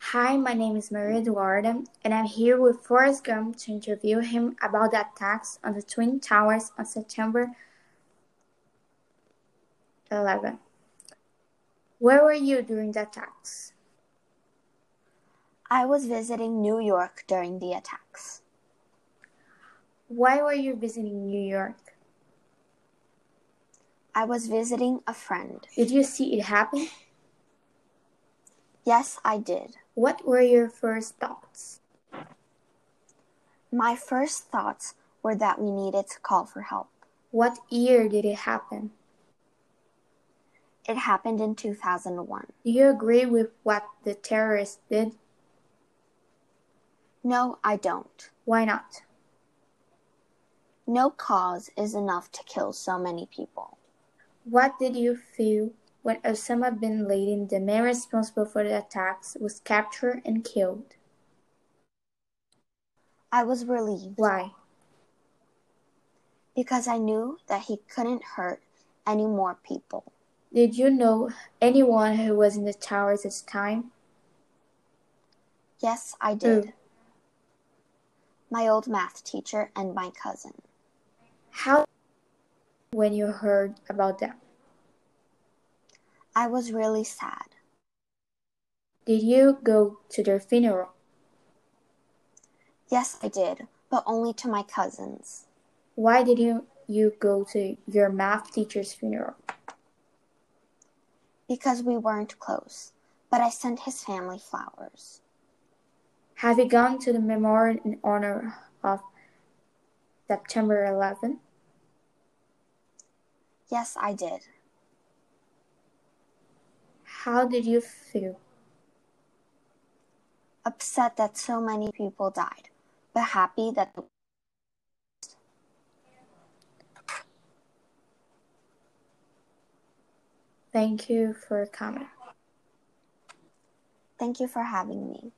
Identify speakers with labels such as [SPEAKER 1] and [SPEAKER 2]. [SPEAKER 1] Hi, my name is Maria Eduarda, and I'm here with Forrest Gump to interview him about the attacks on the Twin Towers on September 11. Where were you during the attacks?
[SPEAKER 2] I was visiting New York during the attacks
[SPEAKER 1] Why were you visiting New York?
[SPEAKER 2] I was visiting a friend.
[SPEAKER 1] Did you see it happen?
[SPEAKER 2] Yes, I did.
[SPEAKER 1] What were your first thoughts?
[SPEAKER 2] My first thoughts were that we needed to call for help.
[SPEAKER 1] What year did it happen?
[SPEAKER 2] It happened in 2001.
[SPEAKER 1] Do you agree with what the terrorists did?
[SPEAKER 2] No, I don't.
[SPEAKER 1] Why not?
[SPEAKER 2] No cause is enough to kill so many people.
[SPEAKER 1] What did you feel when Osama bin Laden, the man responsible for the attacks, was captured and killed?
[SPEAKER 2] I was relieved
[SPEAKER 1] Why?
[SPEAKER 2] because I knew that he couldn't hurt any more people.
[SPEAKER 1] Did you know anyone who was in the towers at the time?
[SPEAKER 2] Yes, I did. My old math teacher and my cousin.
[SPEAKER 1] How when you heard about them?
[SPEAKER 2] I was really sad.
[SPEAKER 1] Did you go to their funeral?
[SPEAKER 2] Yes, I did, but only to my cousins.
[SPEAKER 1] Why didn't you go to your math teacher's funeral?
[SPEAKER 2] because we weren't close, but I sent his family flowers.
[SPEAKER 1] Have you gone to the memorial in honor of September 11?
[SPEAKER 2] Yes, I did.
[SPEAKER 1] How did you feel?
[SPEAKER 2] Upset that so many people died, but happy that
[SPEAKER 1] Thank you for coming.
[SPEAKER 2] thank you for having me.